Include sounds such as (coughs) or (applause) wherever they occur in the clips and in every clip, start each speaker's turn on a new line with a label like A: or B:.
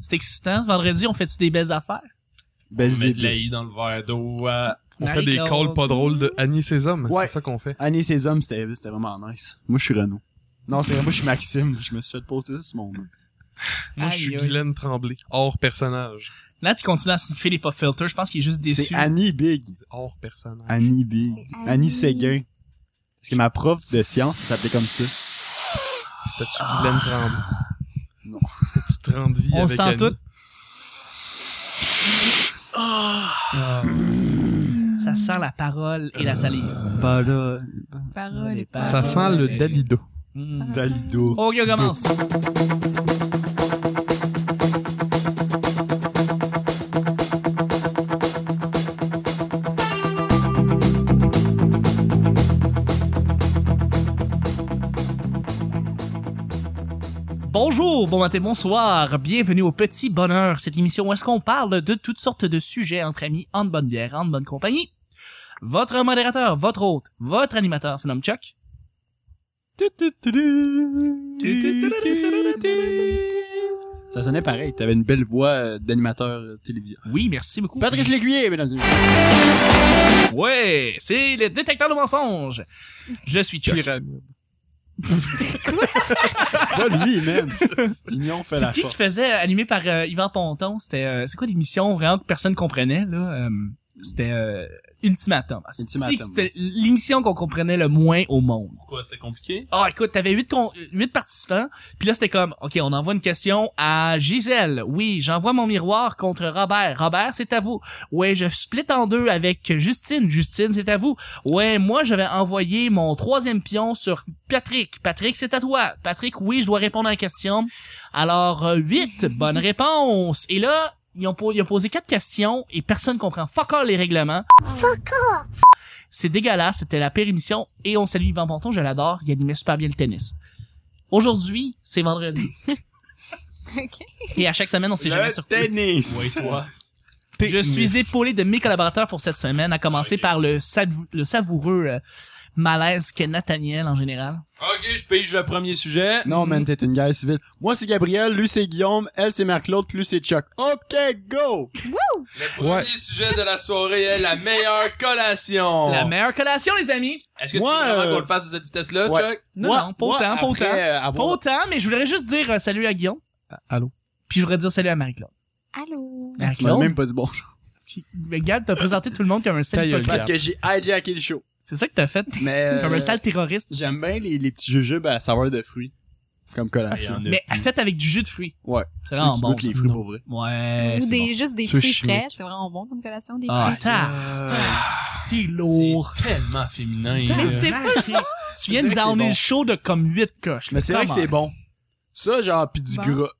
A: C'est excitant. Vendredi, on fait-tu des belles affaires?
B: On
C: Belles
B: met de
C: idées.
B: l'ail dans le verre d'eau. euh,
C: On fait
A: Marie
C: des
A: Claude.
C: calls pas drôles de Annie et ses hommes.
B: Ouais.
C: C'est ça qu'on fait.
B: Annie et ses Ah, hommes, c'était c'était vraiment nice. Moi, je suis Renaud. Non, c'est vrai, moi, je suis Maxime. Je me suis fait poster ça sur mon nom.
C: Moi, je suis
A: Aïe, aïe.
C: Guylaine Tremblay. Hors personnage.
A: Là, tu continues à sniffer les pop filters. Je pense qu'il est juste
B: C'est
A: déçu.
B: Annie Big.
C: Hors personnage.
B: Annie Big.
D: C'est Annie.
B: Annie Séguin. Parce que ma prof de sciences, ça s'appelait comme ça.
C: C'était-tu Guylaine Tremblay?
B: Non.
C: C'était-tu Tremblay
A: On
C: avec
A: sent
C: Annie?
A: tout. Ça sent la parole et la
C: Euh.
A: salive.
B: Pas là.
D: Parole et
A: Ça
C: Ça sent le Dalido.
A: Mm.
B: Dalido.
A: Ok, on commence. Bonjour, bon matin, bonsoir, bienvenue au Petit Bonheur, cette émission où est-ce qu'on parle de toutes sortes de sujets entre amis, en bonne bière, en bonne compagnie. Votre modérateur, votre hôte, votre animateur se nomme Chuck.
B: Ça sonnait pareil. T'avais une belle voix euh, d'animateur euh, télévision.
A: Oui, merci beaucoup.
B: Patrice Lécuyer, mesdames et messieurs.
A: Ouais, c'est le détecteur de mensonges. Je suis Chuck.
C: Pyramide.
B: C'est pas lui, même. L'union fait
A: C'est
B: la
A: qui
B: force.
A: qui faisait animé par euh, Yvan Ponton C'était euh, c'est quoi l'émission vraiment que personne comprenait là Euh, C'était euh, Ultimatum. Ah, c'est-
B: Ultimatum,
A: c'est que C'était l'émission qu'on comprenait le moins au monde.
C: Pourquoi c'était compliqué?
A: Ah, écoute, t'avais huit, con- huit participants, puis là, c'était comme, OK, on envoie une question à Gisèle. Oui, j'envoie mon miroir contre Robert. Robert, c'est à vous. Ouais, je split en deux avec Justine. Justine, c'est à vous. Ouais, moi, je vais envoyer mon troisième pion sur Patrick. Patrick, c'est à toi. Patrick, oui, je dois répondre à la question. Alors, euh, huit, bonne réponse. Et là, ils ont, po- ils ont posé quatre questions et personne comprend. Fuck all les règlements. C'est dégueulasse, c'était la pérémission et on salue Yvan Ponton, je l'adore, il animait super bien le tennis. Aujourd'hui, c'est vendredi. (laughs)
D: Ok.
A: Et à chaque semaine, on s'est jamais
B: Le
A: surpris.
B: (laughs) tennis.
C: Ouais, toi.
A: Je suis épaulé de mes collaborateurs pour cette semaine, à commencer par le, savou- le savoureux euh, malaise qu'est Nathaniel en général.
C: Ok, je pige le premier sujet.
B: Non, man, t'es une guerre civile. Moi, c'est Gabriel, lui, c'est Guillaume, elle, c'est Marc-Claude, plus c'est Chuck. OK, go!
C: Le
B: Ouais.
C: sujet de la soirée est la meilleure
B: Oh.
C: collation.
A: La meilleure collation, les amis!
C: Est-ce
B: Moi, euh,
C: fasse à cette vitesse-là,
B: ouais.
A: Non, non, pas
B: moi,
A: autant, pas
B: après,
A: autant.
B: euh,
A: Pas
B: avoir-
A: autant, mais je voudrais juste dire euh, salut à Guillaume.
C: allô?
A: Puis je voudrais dire salut à Marie-Claude.
D: Allô?
B: Tu m'as
A: Marie-Claude,
B: même pas dit bonjour.
A: puis, regarde, t'as présenté tout le monde comme un
C: Ta
A: sale
C: gueule,
A: hypocrite.
B: Parce que j'ai hijacké le show.
A: C'est ça que t'as fait?
B: Mais.
A: (laughs)
B: euh,
A: Comme un sale terroriste.
B: J'aime bien les, les petits jujubes à saveur de fruits. Comme collation.
A: Mais fait avec du jus de fruits.
B: Ouais.
A: C'est vraiment
B: Ceux qui
A: bon.
B: goûtent
A: ça.
B: les fruits pour vrai.
A: Ouais,
D: Ou
A: Eh, c'est
D: des, juste des
B: Ceux
D: fruits
B: chimiques.
D: frais. C'est vraiment bon comme collation, des
A: Ah,
D: fruits.
A: t'as- c'est lourd.
C: tellement féminin.
A: Tabarnak.
D: Mais c'est
A: Tu viens
B: C'est
A: de
B: vrai que
A: downer
B: c'est
A: le show de comme 8 coches.
B: Mais c'est vrai que c'est bon. Ça, genre, pis du
D: Bon.
B: gras.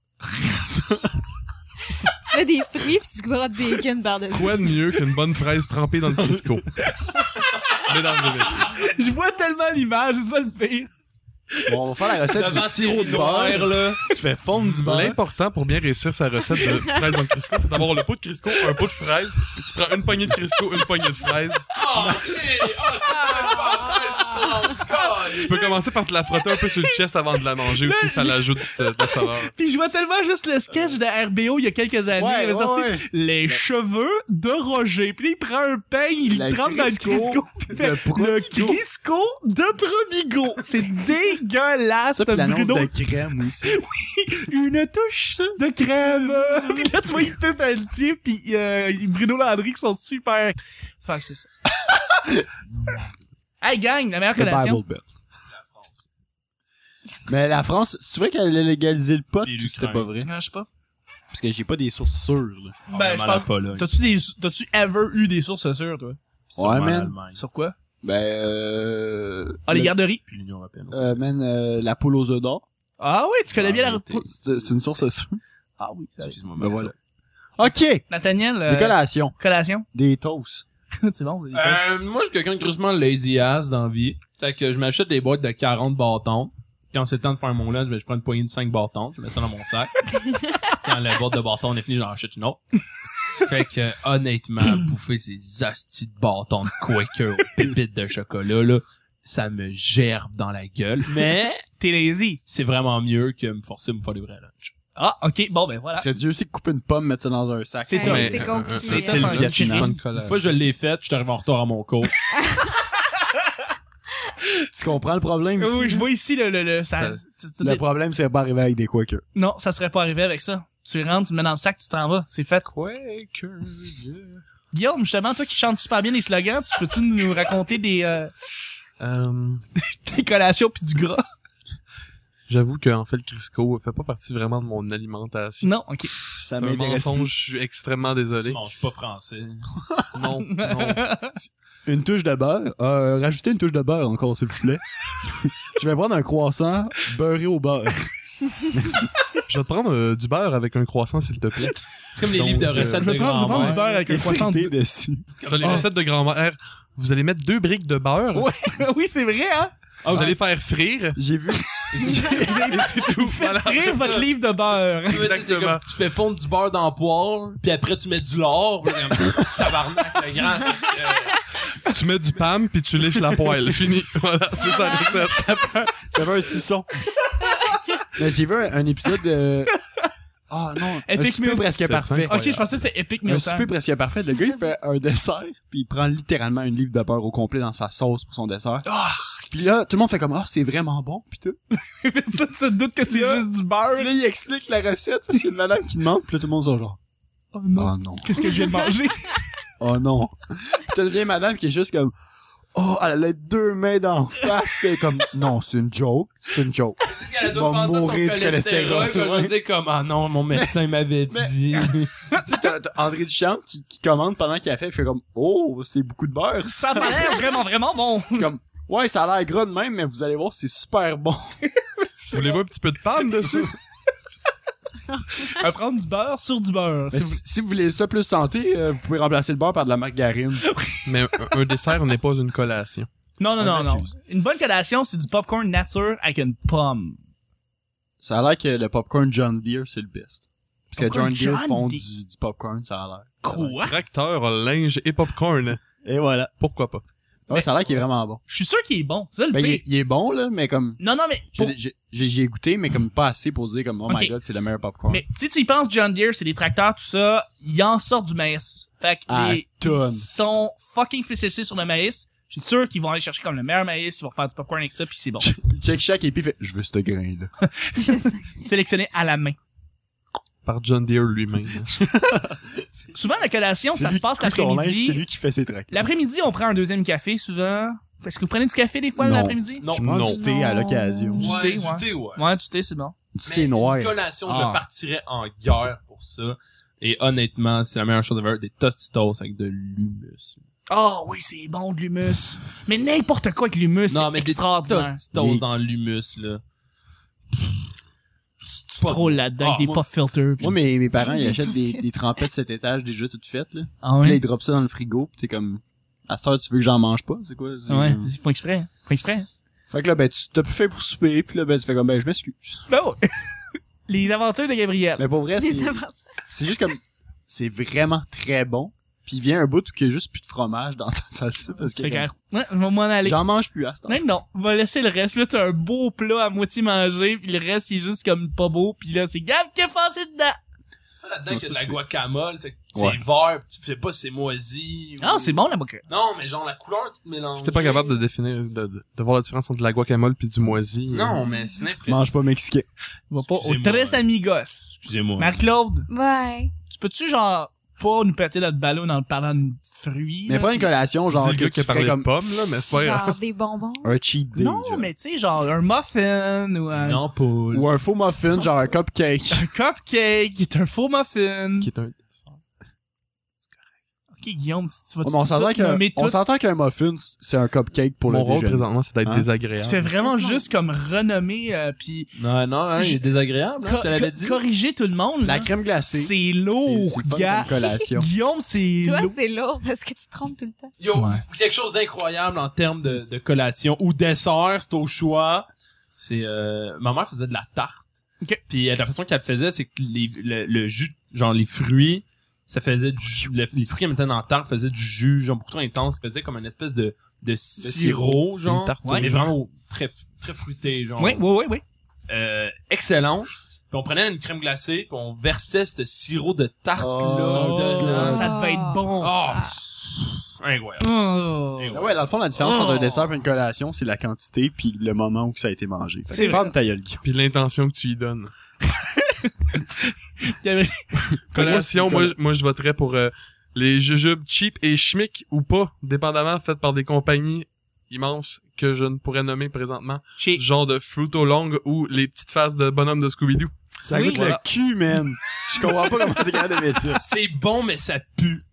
D: Tu fais des fruits puis tu brottes des bacon par-dessus.
C: Quoi de mieux qu'une bonne fraise trempée dans le (laughs) Crisco? Mesdames et messieurs.
A: (laughs) Je vois tellement l'image, c'est ça le pire.
B: Bon, on va faire la recette du sirop de beurre.
C: là.
B: Tu fais fondre du beurre.
C: L'important pour bien réussir sa recette de fraise dans le Crisco, c'est d'avoir le pot de Crisco, un pot de fraise. Tu prends une poignée de Crisco, une poignée de fraise. Ah, Tu peux commencer par te la frotter un peu sur le chest avant de la manger aussi, ça l'ajoute euh, de la saveur.
A: Puis je vois tellement juste le sketch de RBO il y a quelques années.
B: Ouais,
A: il avait
B: ouais,
A: sorti
B: ouais.
A: les cheveux de Roger. Puis là, il prend un peigne, il
B: La
A: le trempe dans le
B: Crisco
A: Crisco. puis il fait
B: Le pro-
A: Le Crisco de Provigo.
B: (laughs)
A: C'est dégueulasse,
B: Ça, pis l'annonce
A: Bruno.
B: de crème aussi.
A: une touche de (laughs) crème. puis là, tu vois, il pète Pelletier puis euh, Bruno Landry qui sont super. Fait que c'est ça. hey, gang, la meilleure
B: Le
A: collation.
B: Bible Belt. Mais la France, c'est vrai qu'elle a légalisé le pot,
C: Les
B: ou c'était
C: lucrins.
B: pas vrai.
A: Non, je sais pas.
B: Parce que j'ai pas des sources sûres, là.
A: Ben, je pense. T'as-tu des, t'as-tu ever eu des sources sûres, toi?
B: Ouais, man.
A: Sur quoi?
B: Ben, euh...
A: Ah, les
B: le-
A: garderies.
C: Puis l'Union Européenne.
B: Euh, man, euh, la poule aux œufs d'or.
A: Ah oui, tu connais bien la route.
B: C'est c'est une source sûre.
A: Ah oui, c'est vrai.
C: Excuse-moi,
B: Ben voilà. OK! Des
A: Nathaniel, euh,
B: collations.
A: collation. (laughs)
B: Des toasts.
A: c'est bon, c'est des
C: Euh, moi, je suis quelqu'un de grossement lazy ass dans la vie. Fait que je m'achète des boîtes de 40 bâtons. Quand c'est le temps de faire mon lunch, ben, je prends une poignée de 5 bâtons, je mets ça dans mon (laughs) sac. Quand la boîte de bâtons est finie, j'en achète une (laughs) autre. Ce qui fait que, honnêtement, bouffer ces astis de bâtons de Quaker (laughs) aux pépites de chocolat, là, ça me gerbe dans la gueule. Mais
A: T'es lazy.
C: c'est vraiment mieux que me forcer à me faire des vrais lunchs.
A: Ah, ok, bon, ben voilà.
B: C'est Dieu aussi que couper une pomme, mettre ça dans un
A: (laughs)
B: sac.
A: C'est
D: Ouais,
A: top.
C: Mais-
D: c'est
C: euh,
D: compliqué.
C: euh,
A: C'est
C: C'est
A: top,
C: le
A: hein,
C: Vietnam.
A: Chris.
C: Une fois que je l'ai faite, je suis arrivé en retard à mon cours.
B: Tu comprends le problème ici?
A: Oui, je vois ici le, le, le- ça, tu- tu-
B: Le problème, c'est pas arrivé avec des quakers.
A: non, ça serait pas arrivé avec ça. Tu rentres, tu le mets dans le sac, tu t'en vas. C'est fait. Guillaume, justement, toi qui chantes super bien les slogans, tu peux-tu nous raconter des, euh, (laughs)
E: Euh,
A: des collations puis du gras?
E: J'avoue qu'en fait, le Crisco fait pas partie vraiment de mon alimentation.
A: Non, ok.
B: Ça
E: C'est un mensonge, je suis extrêmement
C: Tu
E: désolé.
C: manges pas français.
E: Non, non.
B: Une touche de beurre. Euh, rajoutez une touche de beurre encore, s'il vous (laughs) plaît. je vais prendre un croissant beurré au beurre.
E: Je vais te prendre euh, du beurre avec un croissant, s'il te (laughs) plaît.
C: C'est comme les
E: Donc,
C: livres de
E: euh,
C: recettes
A: je
C: de
A: vais prendre, je vais prendre du
C: grand-mère.
A: beurre avec un
B: (laughs) Et
A: poisson.
B: fritté dessus.
E: Dans les recettes de grand-mère, vous allez mettre deux briques de beurre.
A: Ouais. oui, c'est vrai, hein?
E: Ah, vous allez faire (laughs) frire.
B: J'ai vu.
E: Et c'est tout.
A: Faites
E: Voilà.
A: frire votre livre de beurre.
C: Tu veux dire, c'est
E: Exactement.
C: comme tu fais fondre du beurre dans la poire, puis après tu mets du lard, puis comme, tabarnak, le grand, c'est ce que-
E: Tu mets du pam, puis tu lèches la poêle. (laughs) Fini. Voilà, c'est ça la (laughs) recette.
B: Ça fait un suçon. (laughs) Mais j'ai vu un, un épisode de. Ah non.
A: Epic
B: un souper
A: Meal.
B: presque
E: C'est
B: parfait.
A: Ok, je pensais que c'était épique, mais
B: Un souper presque parfait. Le gars, il fait un dessert, puis il prend littéralement une livre de beurre au complet dans sa sauce pour son dessert. Puis là, tout le monde fait comme, ah, c'est vraiment bon, puis tout.
A: (laughs) ça, ça doute que c'est
B: Yeah.
A: juste du beurre.
B: Puis là, il explique la recette, parce qu'il y a une madame qui demande, puis là, tout le monde se genre,
A: Oh non.
B: oh non,
A: Qu'est-ce que je viens de manger?
B: oh non. Puis t'as une vieille madame qui est juste comme, oh, elle a les deux mains d'en face, puis elle est comme, non, c'est une joke, c'est une joke. (laughs)
C: Elle doit
B: Va
C: penser à son
B: mourir du cholestérol,
C: puis elle va
B: ouais.
C: dire comme, ah non, mon médecin m'avait dit.
A: (laughs)
B: tu sais, t'as, t'as André Duchamp qui, qui commande pendant qu'il a fait, il fait comme, oh, c'est beaucoup de beurre.
A: (laughs) Ça m'a l'air vraiment, vraiment bon.
B: Puis comme, ouais, ça a l'air gras de même, mais vous allez voir, c'est super bon.
E: Vous voulez voir un petit peu de pam dessus?
A: À prendre du beurre sur du beurre.
B: Mais
A: C'est-
B: si, si vous voulez ça plus santé, euh, vous pouvez remplacer le beurre par de la margarine.
E: Mais un, un dessert n'est pas une collation.
A: Non, non, non,
B: Ah,
A: non.
B: excuse.
A: Une bonne collation, c'est du popcorn nature avec une pomme.
B: Ça a l'air que le popcorn John Deere, c'est le best. Parce que
A: Popcorn
B: John Deere
A: John
B: font
A: Deere.
B: du, du popcorn, ça a l'air.
A: Quoi?
E: Tracteur, linge et popcorn.
B: Et voilà.
E: Pourquoi pas?
B: Ouais,
A: Mais-
B: ça a l'air qu'il est vraiment bon.
A: Je suis sûr qu'il est bon. C'est ça, le
B: Ben, il,
A: pire.
B: est, il est bon, là, mais comme,
A: Non, non, mais,
B: j'ai,
A: pour-
B: j'ai, j'ai- j'y ai goûté, mais comme pas assez pour dire comme, oh my
A: Ok.
B: god, c'est le meilleur popcorn.
A: mais si tu y penses, John Deere, c'est des tracteurs, tout ça, ils en sortent du maïs. Fait que
B: À
A: les-
B: tonnes.
A: ils sont fucking spécialisés sur le maïs. Je suis sûr qu'ils vont aller chercher comme le meilleur maïs, ils vont faire du popcorn avec ça, puis
B: (laughs)
A: c'est bon.
B: Il (laughs) check chaque épi, il fait, je veux ce grain-là.
D: (laughs)
A: Sélectionné à la main.
E: Par John Deere lui-même.
A: Souvent, la collation,
B: C'est
A: ça
B: lui
A: se
B: qui
A: passe
B: coud son linge,
A: l'après-midi.
B: C'est lui qui fait ses tracts.
A: L'après-midi, on prend un deuxième café, souvent. Est-ce que vous prenez du café des fois
B: Non.
A: l'après-midi?
C: Non,
B: Je prends
E: non.
B: du thé à l'occasion.
A: Du
C: Ouais,
A: thé,
C: du
A: ouais.
C: thé, ouais.
A: Ouais, tu thé, c'est bon.
B: Du
C: Mais
B: thé noir.
C: Une collation,
B: Ah.
C: je partirais en guerre pour ça. Et honnêtement, c'est la meilleure chose à faire, des tostitos avec de l'humus.
A: Ah oui, c'est bon de l'humus. Mais n'importe quoi avec l'humus,
C: Non,
A: c'est
C: mais des
A: extraordinaire.
C: tostitos
B: Les-
C: dans l'humus, là.
A: Tu, tu
C: Pas-
A: trolles là-dedans avec
C: Ah,
A: des
C: moi-
A: pop filters.
B: Moi, mes, mes parents, ils achètent des, des trempettes cet étage déjà toutes faites, là.
A: Ah
B: Puis là,
A: ouais?
B: ils drop ça dans le frigo, pis t'es comme, à cette heure, tu veux que j'en mange pas? C'est quoi? c'est-
A: Ouais, ils font exprès. Ils font exprès.
B: Fait que là, ben, tu t'as plus fait pour souper, pis là, ben, tu fais comme, ben, je m'excuse.
A: Ben ouais. (laughs) Les aventures de Gabriel.
B: Mais pour vrai, c'est,
D: Les aventures.
B: c'est juste comme, c'est vraiment très bon, pis il vient un bout où il y a juste plus de fromage dans ta salsa, parce que,
A: Fait que,
B: comme,
A: ouais, je vais m'en aller.
B: j'en mange plus à cette heure.
A: Même non, on va laisser le reste. Puis Là, t'as un beau plat à moitié mangé, puis le reste, il est juste comme pas beau. Puis là, c'est Gab qui a passé dedans.
C: C'est pas là-dedans qu'il y a de la guacamole, c'est que
B: Ouais.
C: c'est vert, pis tu fais pas c'est moisi.
A: Ah,
C: ou-
A: c'est bon, la boucle.
C: Non, mais genre la couleur, tu te mélanges.
E: C'était pas capable de définir, de, de, de voir la différence entre de la guacamole puis du moisi. Euh,
C: Non, mais c'est n'importe
B: Mange pas mexicain.
A: Va pas au
C: Excusez-moi.
A: Tres Amigos.
C: Excusez-moi.
A: Marc-Claude,
D: Ouais.
A: tu peux-tu, genre, pas nous péter notre ballon en parlant de fruits?
B: Mais
A: là,
B: pas une
A: puis-
B: collation, genre,
E: Dis le
B: que
E: gars qui
B: tu
E: a parlé
B: ferais
E: de
B: comme
E: pommes, là, mais c'est pas grave.
D: Genre
C: hein.
D: des bonbons.
B: un cheat day.
A: Non,
B: genre.
A: mais tu sais, genre un muffin ou un,
C: Non, Paul.
B: Ou un faux muffin, genre un cupcake.
A: (laughs)
B: (laughs)
A: un cupcake qui est un faux muffin.
E: Qui est un...
A: Ok, Guillaume, tu- tu vas
B: Ouais, mais on s'entend
A: tout
B: qu'un,
A: nommer
B: on
A: tout.
B: s'entend qu'un muffin, c'est un cupcake pour
E: Mon
B: le
E: rôle
B: déjeuner.
E: présentement, c'est d'être
B: Hein?
E: désagréable.
A: Tu fais vraiment
D: Désolé.
A: juste comme renommer euh, puis
C: Non, non, hein,
A: Je-
C: il est désagréable, hein,
A: co-
C: je te l'avais
A: co-
C: dit.
A: corriger tout le monde.
B: La
A: là.
B: crème glacée.
A: C'est
B: C'est-
A: lourd,
B: c'est pas une
A: gars.
B: bonne (laughs) collation.
A: Guillaume, c'est
D: Toi,
A: lourd.
D: c'est lourd parce que tu te trompes tout le temps.
C: Yo,
A: Ouais.
C: quelque chose d'incroyable en termes de, de collation ou dessert, c'est au choix. C'est euh, ma mère faisait de la tarte.
A: Ok.
C: Puis euh, la façon qu'elle faisait, c'est que les, le, le jus, genre les fruits, ça faisait du jus, le- les fruits qu'elle mettait dans la tarte faisaient du jus, genre beaucoup trop intense, ça faisait comme une espèce de de sirop, genre,
E: Une tarte
A: Ouais.
C: mais vraiment au- très f- très fruité, genre.
A: Oui, oui, oui, oui.
C: Euh, excellent. Puis on prenait une crème glacée, puis on versait ce sirop de tarte
B: Oh,
C: là dedans.
B: God.
A: Ça devait être bon.
C: Oh, incroyable.
A: Oh.
C: Et
B: Ah ouais, dans le fond, la différence
A: Oh.
B: entre un dessert et une collation, c'est la quantité puis le moment où ça a été mangé. Fait que
A: C'est vrai.
B: ferme ta gueule, Guillaume.
E: Puis l'intention que tu y donnes.
A: Gabriel-
E: Collation, moi, je- moi je voterais pour euh, les jujubes cheap et chimiques ou pas, dépendamment faites par des compagnies immenses que je ne pourrais nommer présentement,
A: Chez-
E: genre de Fruito Long ou les petites faces de bonhomme de Scooby-Doo.
B: Ça
A: Oui.
B: goûte le cul, man. (laughs) Je comprends pas comment t'es capable de mettre ça.
C: C'est bon, mais ça pue.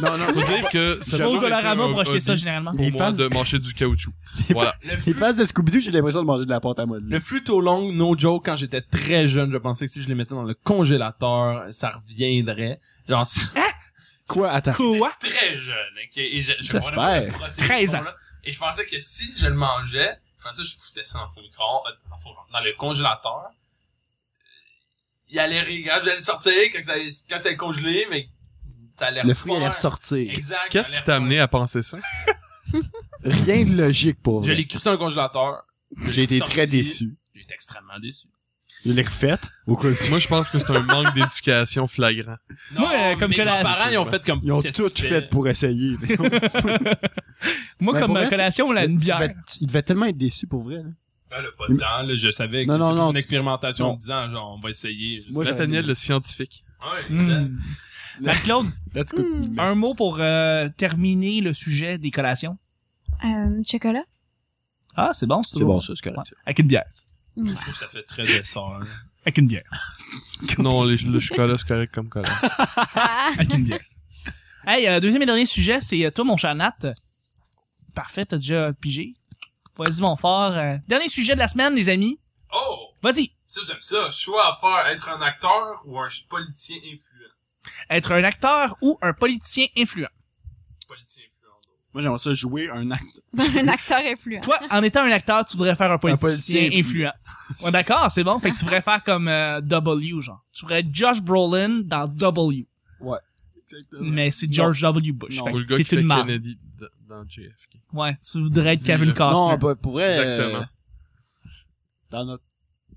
B: Non, non,
E: Faut dire que
A: Je
E: ça
A: vais au
E: doit être euh,
A: Dollarama
E: un
A: pour acheter ça
E: hobby
A: généralement.
E: pour
B: Les
E: moi
B: faces-
E: de manger du caoutchouc.
B: Les
E: Voilà.
C: Le
B: Les
C: flûte,
B: faces de Scooby-Doo, j'ai l'impression de manger de la pâte à moules.
C: le flûte au long, no joke, quand j'étais très jeune, je pensais que si je les mettais dans le congélateur, ça reviendrait. Genre, c'est
B: Quoi? Attends.
A: Quoi?
C: (laughs) très jeune, ok? Et je, je
B: J'espère.
C: comprenais pas le procédé
A: 13 ans.
C: pour là. Et je pensais que si je le mangeais, je pensais que je foutais ça dans le four micro- euh, dans le four- dans le congélateur. euh, Il allait rire, quand j'allais le sortir, quand ça allait, quand ça allait congeler, mais ça allait
B: Le fruit allait
C: refaire.
B: ressortir.
C: Exact.
E: Qu'est-ce
C: ça allait
E: qui t'a amené à penser ça?
B: Rien de logique pour
C: Je
B: vrai.
C: l'ai crissé dans le congélateur. Je
B: J'ai
C: l'ai
B: été
C: sorti.
B: très déçu.
C: J'ai été extrêmement déçu.
B: Je l'ai refaite. Au cas où.
E: moi je pense que c'est un manque d'éducation flagrant.
A: Moi, euh, comme
C: mais
A: que la-
C: Mes parents, ils ont fait comme.
B: Ils ont
C: Qu'est-ce que
B: tout
C: tu fais?
B: fait pour essayer.
A: Moi,
B: Ben,
A: comme
B: pour
A: euh,
B: vrai,
A: collation, (laughs) la
B: Tu
A: une bière.
B: devais- tu- Il devait tellement être déçu pour vrai. là.
C: Ah, le pas de temps, là, je savais que
B: Non, non,
C: c'était plus
B: non,
C: une
B: tu-
C: expérimentation
B: non.
C: en me disant, genre, on va essayer. Je
B: Moi,
C: sais-
E: Nathaniel
B: dit-
E: le scientifique.
C: Ouais, exact.
A: Hmm. Marc-Claude,
B: Là, tu coupes.
A: un mot pour euh, terminer le sujet des collations.
D: Euh, chocolat?
A: Ah, c'est bon, c'est
B: C'est
A: toujours
B: bon, ça, c'est correct.
A: Ouais. Avec une bière.
C: Je trouve que ça fait très dessert. là.
A: Avec une bière.
E: Non, les- le chocolat c'est correct comme collant.
A: Avec une bière. (laughs) Hey, euh, deuxième et dernier sujet, c'est euh, toi, mon chat Nat. Parfait, t'as déjà pigé. Vas-y, mon fort. euh, dernier sujet de la semaine, les amis.
C: Oh!
A: Vas-y.
C: Ça, j'aime ça. Choix à faire, être un acteur ou un politicien influent.
A: Être un acteur ou un politicien influent.
C: Politicien influent. donc.
B: Moi, j'aimerais ça jouer un acte.
D: (laughs) un acteur influent.
A: Toi, en étant un acteur, tu voudrais faire un politicien,
B: politicien
A: influent. Ouais, d'accord, c'est bon. Fait que tu voudrais faire comme euh, W, genre. Tu voudrais être Josh Brolin dans W.
B: Exactement.
A: Mais c'est George W. Bush.
B: Non.
A: Fait
E: Ou le
A: que
E: gars qui
A: t'es
E: fait
A: une marque.
E: Kennedy d- dans JFK.
A: Ouais, tu voudrais être Kevin
E: Non,
A: Costner.
B: Non, bah, pour vrai. euh,
E: Exactement.
B: Dans notre.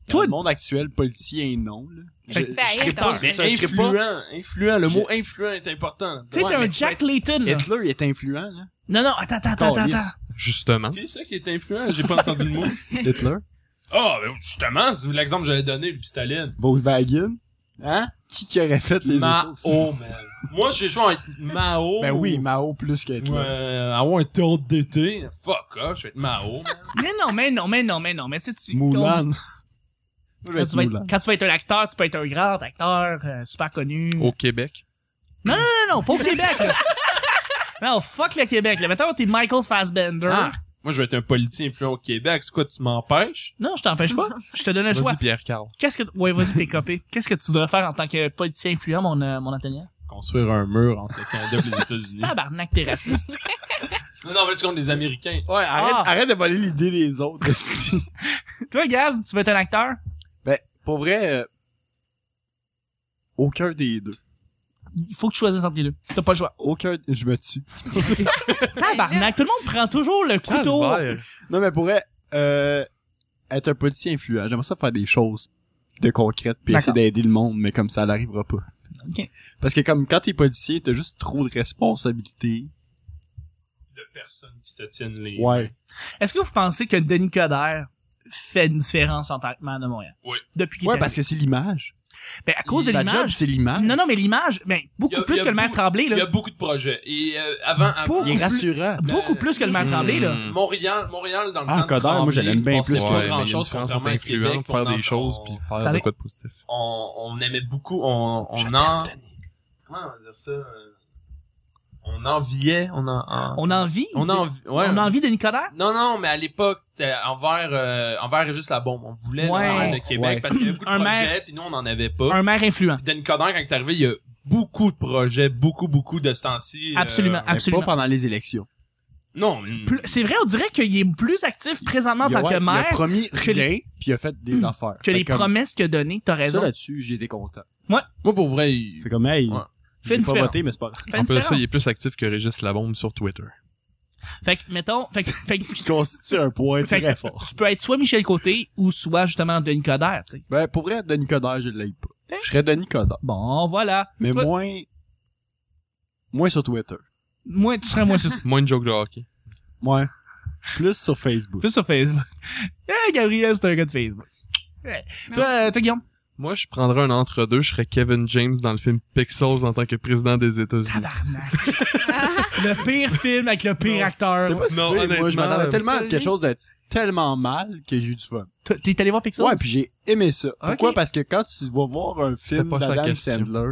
B: dans
A: Toi-
B: le monde actuel, politicien, non. Là.
D: Fait que tu fais haïr
B: serais
D: ton-
B: pas-
C: Mais
B: ça, je serais pas-
C: influent, influent, le mot influent est important. là-dedans.
A: Tu sais, t'es
B: Ouais, mais
A: un
B: tu
A: Jack Layton, là.
B: Hitler, il est influent, là.
A: Non, non, attends, attends, attends,
B: Calice.
A: attends.
E: Justement.
C: Qui est ça qui est influent? J'ai pas entendu le mot.
B: Hitler.
C: Ah, ben, justement, c'est l'exemple que j'avais donné, le Staline.
B: Volkswagen. Hein? Qui qui aurait fait les autos?
C: Mao, oh, man. Moi, j'ai choix entre (laughs) Mao.
B: Ben oui, Mao plus que
C: ou,
B: Hitler.
C: euh, oh. avoir un théâtre d'été. Fuck off, je vais être Mao, man.
A: Mais non, mais non, mais non, mais non, mais tu sais, tu- on
B: Moulin.
A: dit-
B: Moi, je vais
A: Quand
B: être
A: tu, vas
B: Moulin.
A: être, quand tu vas être un acteur, tu peux être un grand acteur, euh, super connu.
B: Oh.
E: Au Québec.
A: Non, non, pas au Québec,
B: (laughs)
A: là. Non, fuck le Québec, là. Mettons, t'es Michael Fassbender.
B: Ah.
C: Marc, Moi, je vais être un politicien influent au Québec. C'est quoi, tu m'empêches?
A: Non, je t'empêche
B: (laughs)
A: pas. Je te donne le choix.
E: Vas-y Pierre Carl.
A: Qu'est-ce que, t- ouais, vas-y, PKP. Qu'est-ce que tu devrais faire en tant que politicien influent, mon, euh, mon Nathaniel?
C: Construire un mur entre le Canada et les États-Unis.
A: Tabarnak, t'es raciste.
C: (laughs)
A: (laughs)
C: non, non, mais tu comptes les Américains.
B: Ouais, arrête,
A: Ah.
B: arrête de voler l'idée des autres. (laughs) esti.
A: Toi, Gab, tu veux être un acteur?
B: ben, pour vrai, euh, aucun des deux.
A: Il faut que tu choisisses entre les deux. T'as pas le
B: (laughs)
A: choix.
B: Aucun, je me tue.
A: Tabarnak, tout le monde prend toujours le couteau.
B: Non, mais pour vrai, euh, être un politicien influent, j'aimerais ça faire des choses de concrètes puis essayer
A: D'accord.
B: d'aider le monde, mais comme ça, n'arrivera pas.
A: Ok.
B: Parce que comme quand t'es politicien, t'as juste trop de responsabilités.
C: De personnes qui te tiennent les...
B: Ouais.
A: Est-ce que vous pensez que Denis Coderre fait une différence en tant que man de Montréal?
C: Oui.
A: Depuis qu'il
B: Ouais,
A: est
B: parce
A: arrivé?
B: que c'est l'image.
A: Ben, à cause de
B: Sa job,
A: l'image.
B: c'est l'image.
A: Non, non, mais l'image, ben, beaucoup
C: Il y a-
A: plus
C: il y a
A: que le maire
C: beaucoup-
A: Tremblay,
C: Il y a
A: là.
C: beaucoup de projets. Et euh, avant, avant
A: Pour-
B: Il est rassurant.
A: Beaucoup
C: Ben,
A: plus que le maire
E: hmm.
A: Tremblay, là.
C: Montréal, Montréal dans le
B: Ah,
C: temps de
B: Coderre, moi,
C: Tremblay,
B: je l'aime
C: il se
B: bien
C: passait
B: plus que-
C: pas
E: Ouais,
C: grand
E: mais il y a une
C: chose
E: différence entre
C: contrairement à
E: influent,
C: Québec.
E: faire
C: on en-
E: des choses
C: on-
E: puis faire
A: Attendez.
E: de quoi de positif.
C: on, on aimait beaucoup, on, on en... Comment on va dire ça? euh, On enviait, on en... en-
A: On envie.
C: On envie, ouais.
A: On envie Denis Coderre?
C: Non, non, mais à l'époque, c'était envers, euh, envers et juste la bombe. On voulait
A: Ouais.
C: le maire de Québec
B: Ouais.
C: parce qu'il y avait beaucoup de
A: Un
C: projets,
A: maire-
C: puis nous, on n'en avait pas.
A: Un maire influent.
C: Puis Dan Coderre, quand il est arrivé, il y a beaucoup de projets, beaucoup, beaucoup de ce temps-ci. euh,
A: Absolument,
B: Mais
A: absolument.
B: Pas pendant les élections.
C: non, mais-
A: Plus- C'est vrai, on dirait qu'il est plus actif présentement en
B: il, a,
A: tant
B: ouais,
A: que
B: il a
A: maire Hmm.
B: promis
A: que les-
B: rien, puis il a fait des affaires.
A: que
B: Fait
A: les
B: comme,
A: promesses qu'il a données. T'as
B: Ça,
A: raison.
B: là-dessus, j'ai été content.
C: moi, pour vrai, il-
B: Fait comme, hey,
C: Ouais.
B: j'ai
A: Fait une
B: pas
A: différence.
B: (laughs) voté, mais c'est pas grave.
A: Fait une
E: On peut dire
A: différence.
E: ça, il est plus actif que Régis Labombe sur Twitter.
A: Fait que, mettons, fait que, fait que-
B: Ce (laughs) qui constitue un point
A: Fait que-
B: très fort.
A: tu peux être soit Michel Côté ou soit justement Denis Coderre, tu sais.
B: Ben, pour vrai, Denis Coderre, je l'aime pas. Je serais Denis Coderre.
A: Bon, voilà.
B: Mais
A: Toi-
B: moins... Moins sur Twitter.
A: Moi, tu
C: (laughs)
A: serais moins sur,
E: Moins de joke de hockey.
B: Ouais. Plus sur Facebook. (laughs)
A: plus sur Facebook. (laughs) Eh, Gabriel, c'est un gars de Facebook. Ouais. Toi, euh, toi, Guillaume.
E: Moi, je prendrais un entre-deux, je serais Kevin James dans le film Pixels en tant que président des États-Unis.
A: Tabarnak. (laughs) le pire film avec le pire
E: Non.
A: acteur.
B: C'était pas si
E: Non,
B: pire, Moi, je
E: honnêtement,
B: m'attendais
E: euh,
B: tellement à
D: pas
B: quelque
D: vu.
B: chose de tellement mal que j'ai eu du fun.
A: T- T'es allé voir Pixar?
B: Ouais,
A: (laughs)
B: puis j'ai aimé ça. Pourquoi?
A: Ok.
B: Parce que quand tu vas voir un film
E: pas ça la
B: d'Adam
E: question.
B: Sandler,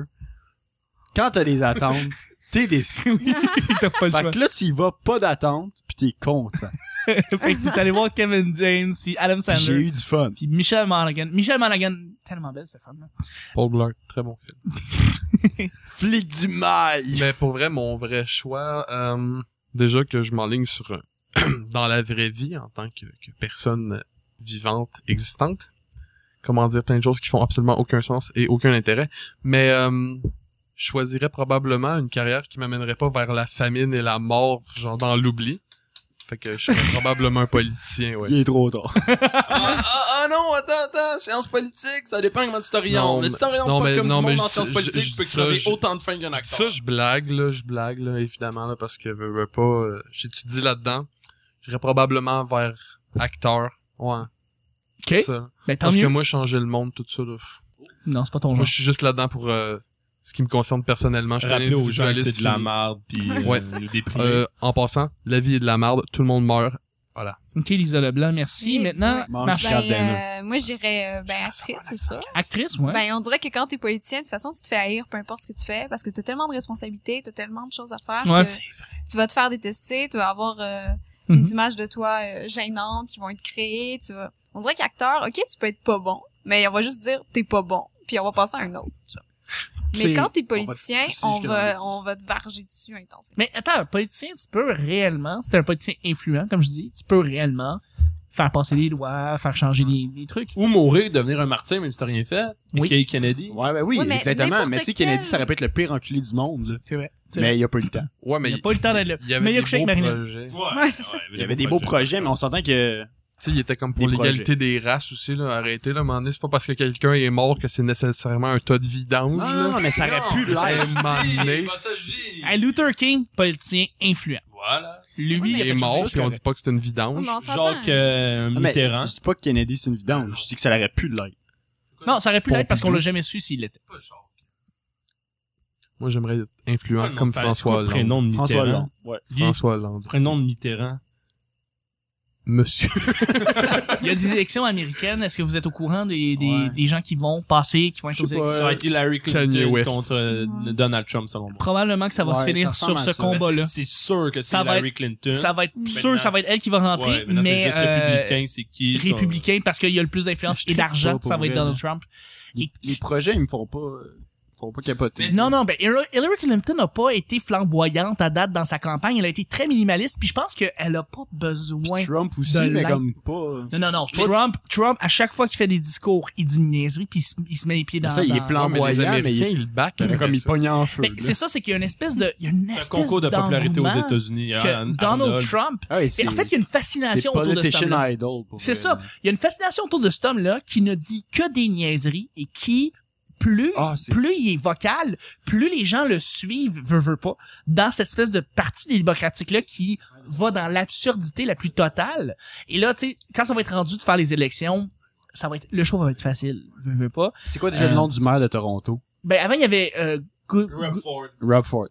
B: quand t'as des attentes, t'es déçu.
A: (laughs) t'as pas le
B: Fait
A: choix.
B: que là, tu y vas pas d'attente, puis t'es content.
A: (laughs) fait que t'es allé voir Kevin James, puis Adam
B: Puis J'ai
A: Sandler,
B: eu du fun.
A: puis Michel Monaghan. Michel Monaghan, tellement belle cette femme-là.
E: Paul Blart, très bon film.
B: Flic du mal!
E: Mais pour vrai, mon vrai choix, euh, déjà que je m'enligne sur un- (clears throat) dans la vraie vie en tant que, que personne vivante, existante. Comment dire plein de choses qui font absolument aucun sens et aucun intérêt. Mais euh, je choisirais probablement une carrière qui m'amènerait pas vers la famine et la mort, genre dans l'oubli. Fait que je serais (laughs) probablement un politicien, ouais.
B: Il est trop tard.
C: Ah, ah, ah non, attends, attends, sciences politiques, ça dépend comment tu
E: Non,
C: t'orientes. Mais
E: mais-
C: tu t'orientes
E: non,
C: pas
E: mais-
C: comme
E: non,
C: du
E: mais
C: monde
E: je
C: en
E: dis-
C: sciences
E: je-
C: politiques,
E: je
C: tu peux
E: dis ça,
C: crever
E: je-
C: autant de fins qu'un
E: Je dis
C: acteur.
E: ça, je blague, là, je blague, là, évidemment, là, parce que veux, veux pas, euh, j'étudie là-dedans. J'irais probablement vers acteur. Ouais. c'est Ça.
A: Ben, tant
E: Parce que
A: mieux.
E: moi, changer le monde, tout ça, là, pff.
A: Non, c'est pas ton
E: Moi,
A: genre.
E: je suis juste là-dedans pour, euh, ce qui me concerne personnellement. Je suis un
C: Rappeler aux gens que
E: individualiste
C: c'est de la
E: fini.
C: merde, puis euh,
E: Ouais.
C: nous déprimer.
E: Euh, en passant, la vie est de la merde, tout le monde meurt. Voilà.
A: Ok, Lisa Leblanc, merci.
D: Oui,
A: Maintenant,
D: ouais.
B: Mange
A: Marc-
B: du Charles
D: Ben, euh, moi, j'irais, euh, ben, actrice, c'est sûr.
A: actrice, ouais.
D: Ben, on dirait que quand t'es politicien, de toute façon, tu te fais haïr, peu importe ce que tu fais, parce que t'as tellement de responsabilités, t'as tellement de choses à faire
A: Ouais,
D: que
A: c'est
D: tu vas te faire détester, tu vas avoir euh,
A: Mhm.
D: des images de toi euh, gênantes qui vont être créées, tu vas... On dirait qu'acteur, ok, tu peux être pas bon, mais on va juste dire t'es pas bon, puis on va passer à un autre. tu vois.
A: C'est-
D: Mais quand t'es
B: va te
D: politicien,
B: pousser
D: on
B: jusque
D: va,
B: dans
D: on va te varger dessus intensément.
A: Mais attends, un politicien, tu peux réellement, si t'es un politicien influent, comme je dis, tu peux réellement faire passer les lois, faire changer les, les trucs.
C: Ou mourir, devenir un martyr, même si t'as rien fait.
A: Oui.
C: A.K.A. Kennedy.
B: Ouais, ben oui,
D: Ouais, mais
B: exactement.
D: n'importe
B: Mais tu sais,
D: quel-
B: Kennedy, ça aurait pu être le pire enculé du monde, là.
A: C'est vrai. C'est vrai.
B: Mais il a pas eu le temps.
E: Ouais, mais
A: il a pas eu le temps d'être là.
E: il y avait
A: Mais il a
E: des
A: couché
E: beaux
A: avec Marilyn.
E: projets. Tu
D: Ouais, c'est ça.
B: Il y avait des beaux projets, mais on s'entend que...
E: sais, il était comme pour
B: Des
E: l'égalité des races aussi, là. Arrêtez, là, à un moment donné, c'est pas parce que quelqu'un est mort que c'est nécessairement un tas de vidange,
B: Non,
E: là.
B: non, mais ça aurait pu
E: À
B: l'être.
E: un moment donné,
A: Hey, Luther King, politicien influent.
C: Voilà.
A: Lui,
D: Oui, mais
E: il
A: il a
E: est
A: fait
E: mort,
A: changer
E: puis on dit pas que c'est une vidange.
D: Mais on s'entend. hein.
C: Jacques euh,
B: Ah, mais
C: Mitterrand.
B: Je dis pas que Kennedy, c'est une vidange. Je dis que ça aurait pu l'être.
A: les- Non, ça aurait pu l'être parce qu'on
E: Pompidou.
A: l'a jamais su s'il l'était.
E: Moi, j'aimerais être influent comme
C: Ouais, Ah, non, fallait-
E: François
C: c'est quoi le
E: Hollande.
C: Prénom de Mitterrand.
B: François Hollande. Ouais.
C: Guy,
E: François Hollande.
C: Prénom de Mitterrand.
E: Monsieur.
A: Il y a des élections américaines. Est-ce que vous êtes au courant des, des,
C: Ouais.
A: des gens qui vont passer, qui vont être
B: Je
A: aux
B: sais
A: élections?
B: pas. euh,
C: Ça aurait été Larry
E: Kanye
C: Clinton
E: West.
C: contre euh,
D: Ouais.
C: Donald Trump, selon moi.
A: Probablement que ça va
B: Ouais,
A: se finir
B: ça
A: sur
B: ressemble
A: ce
B: à ça.
A: combat-là.
C: C'est sûr que c'est
A: Ça va
C: Larry Clinton.
A: Ça va être sûr,
C: Maintenant,
A: ça va être elle qui va rentrer,
C: Ouais, maintenant, c'est
A: mais
C: juste
A: euh,
C: républicain, c'est qui? ça-
A: républicain parce qu'il y a le plus d'influence
B: Je
A: et
B: trouve
A: d'argent,
B: pas, pour
A: ça va être
B: vrai,
A: Donald
B: là.
A: Trump.
B: Les,
A: Et-
B: les projets, ils me font pas, euh, ils me font pas capoter.
A: Non, non, ben Hillary Hillary Clinton n'a pas été flamboyante à date dans sa campagne. Elle a été très minimaliste, puis je pense qu'elle a pas besoin.
B: Trump aussi,
A: De
B: mais
A: l'être.
B: comme pas.
A: Non, non, non. Trump, Trump, à chaque fois qu'il fait des discours, il dit une niaiserie, puis il se, il se met les pieds dans.
B: ça, il est
A: dans-
B: flamboyant.
E: mais les
B: Moyen, mais
E: Américains,
B: il-
E: ils le back.
B: Mais Comme il pogne en feu.
A: Mais c'est ça, c'est qu'il y a une espèce de, il y a une
C: C'est un
A: espèce
C: concours de popularité aux
A: d'engouement
C: États-Unis.
A: que
C: Ar-
A: Donald
C: Arnold.
A: Trump.
B: Ah, ouais,
A: Et en fait, il y a une
B: c'est
A: fascination autour de cet homme-là.
B: Politician Idol. pour
A: C'est
B: vrai.
A: ça. Il y a une fascination autour de cet homme-là qui ne dit que des niaiseries et qui, plus,
B: Ah, c'est-
A: plus il est vocal, plus les gens le suivent, veut, veut pas, dans cette espèce de partie démocratique-là qui va dans l'absurdité la plus totale. Et là, tu sais, quand ça va être rendu de faire les élections, ça va être, le choix va être facile, veut, veut pas.
B: C'est quoi déjà
A: Euh,
B: le nom du maire de Toronto?
A: Ben, avant, il y avait, euh, Go-
C: Rob
A: Go-
C: Ford.
B: Rob Ford.